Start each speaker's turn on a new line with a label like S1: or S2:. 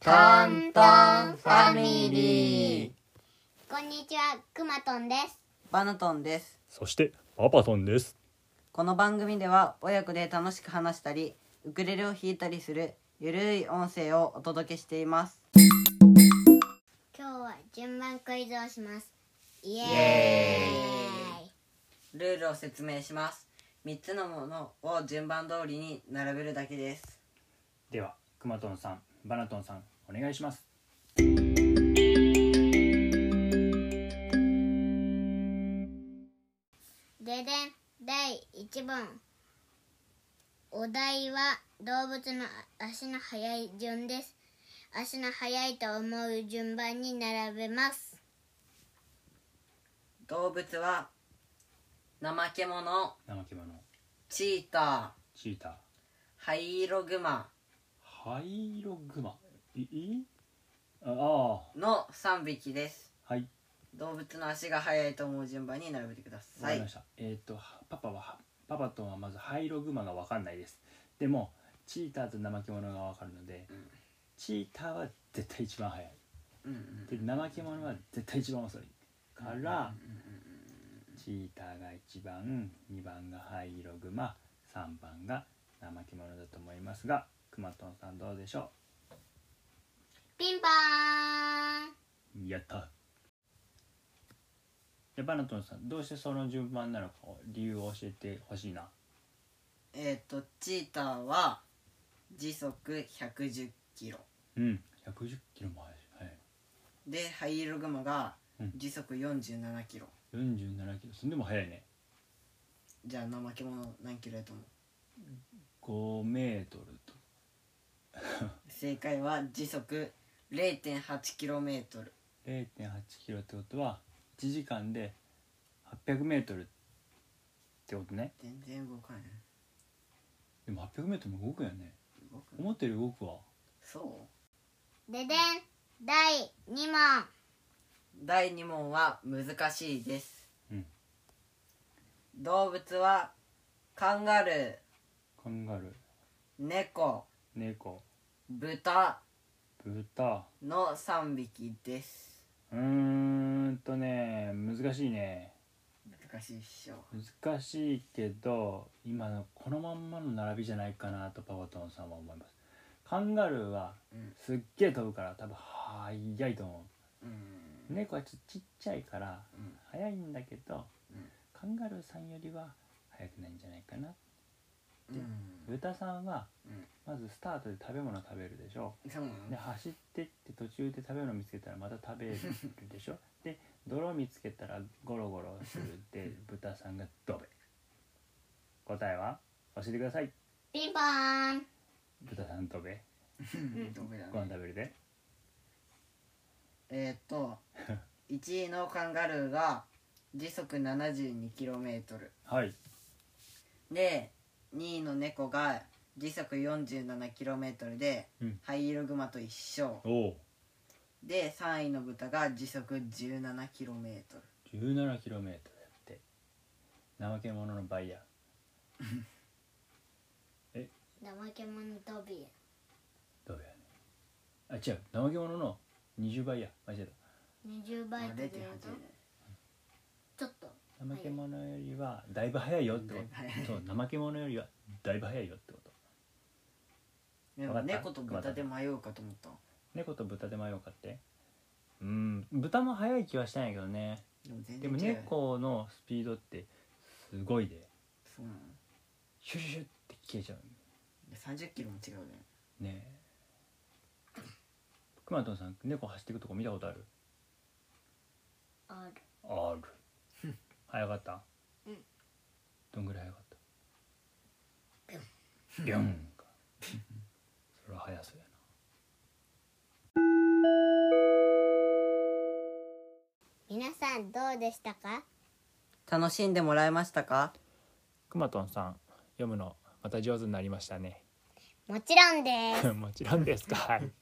S1: トントンファミリー
S2: こんにちは、くまとんです。
S1: バナトンです
S3: そしてパパトンです。
S1: この番組では親子で楽しく話したりウクレレを弾いたりするゆるい音声をお届けしています
S2: 今日は順番クイズをします。イエーイ。
S1: ルールを説明します3つのものを順番通りに並べるだけです
S4: ではくまとんさんバナトンさんお願いします
S2: ででん、第1問。お題は動物の足の速い順です。足の速いと思う順番に並べます。
S1: 動物は怠け者
S4: 怠け者
S1: チータ
S4: チーター
S1: ー灰色グマ
S4: 灰色グマええあ
S1: の3匹です
S4: あはい
S1: 動物の足が速いと思う順番に並べてくだ
S4: わ
S1: さ
S4: かり
S1: い
S4: ました、えっ、とはパパははパパとはまず灰色グマがわかんないですでもチーターと怠け者がわかるので、チーターは絶対一番早い
S1: うんうん
S4: で怠け者は絶対一番遅いから、チーターが1番2番が灰色グマ3番が怠け者だと思いますがくまとんさんどうでしょ
S2: ピンポーン
S4: うやったでバナトンさんどうしてその順番なのかを理由を教えてほしいな
S1: えっ、とチーターは時速110キロ
S4: うん110キロも速い、はい、
S1: で灰色グマが
S4: うん
S1: 時速47キロ、
S4: 47キロそれでも速いね
S1: じゃあ怠け者何キロやと思う
S4: 5メートルと
S1: 正解は時速0.8キロメートル
S4: 0.8キロってことは1時間で800メートルってことね
S1: 全然動かない
S4: でも800メートルも動くよね
S1: 動く
S4: 思ったより動くわ
S1: そう
S2: ででん、第2問。
S1: 第2問は難しいです、
S4: うん
S1: 動物はカンガルー
S4: カンガルー
S1: 猫
S4: 猫
S1: 豚
S4: 豚
S1: の3匹です
S4: うーんとね難しいね
S1: 難しいっしょ
S4: 難しいけど今のこのまんまの並びじゃないかなとパワトンさんは思いますカンガルーは
S1: うん
S4: すっげえ飛ぶから多分速いと思
S1: うん
S4: う猫はちょっとちっちゃいから
S1: うん
S4: 速いんだけど、
S1: うん
S4: カンガルーさんよりは速くないんじゃないかな
S1: うん
S4: 豚さんは
S1: うん
S4: まずスタートで食べ物食べるでしょ
S1: そうなの
S4: で走ってって途中で食べ物見つけたらまた食べる でしょで泥見つけたらゴロゴロするで豚さんがドベ答えは教えてください
S2: ピンポーン。
S4: 豚さんドベ
S1: うんどこだ
S4: ご飯食べるで
S1: えーっ と1位のカンガルーが時速 72km
S4: はい
S1: で2位の猫が時速 47km で、
S4: うん
S1: 灰色グマと一緒
S4: おお
S1: で3位の豚が時速 17km
S4: 17km だって怠け者の倍や
S2: 怠け者ドビー。
S4: ドベやねあ違う怠け者の20倍や間違え
S2: 20
S1: まあ
S2: 倍っ
S1: 0.8
S2: てどういうことちょっと。
S4: た怠け者よりはだいぶ早いよってこ
S1: だいぶ早い
S4: とそう怠け者よりはだいぶ早いよってこと
S1: でも
S4: わかった
S1: 猫と豚で迷うかと思った
S4: 猫と豚で迷うかってうん豚も速い気はしたんやけどね
S1: でも全
S4: で
S1: 然
S4: も
S1: 違う
S4: 猫のスピードってすごいで
S1: そうなの
S4: シュシュシュって消えちゃ
S1: 30km も違うね
S4: うねえくまとんさん猫走っていくとこ見たことある
S2: ある。
S4: ある早かった
S2: うん
S4: どんぐらい早かった ビョンかそれは速そうや
S2: 皆さんどうでしたか
S1: 楽しんでもらえましたか
S4: なくまとんさん読むのまた上手になりましたね
S2: もちろんです。
S4: もちろんですかはい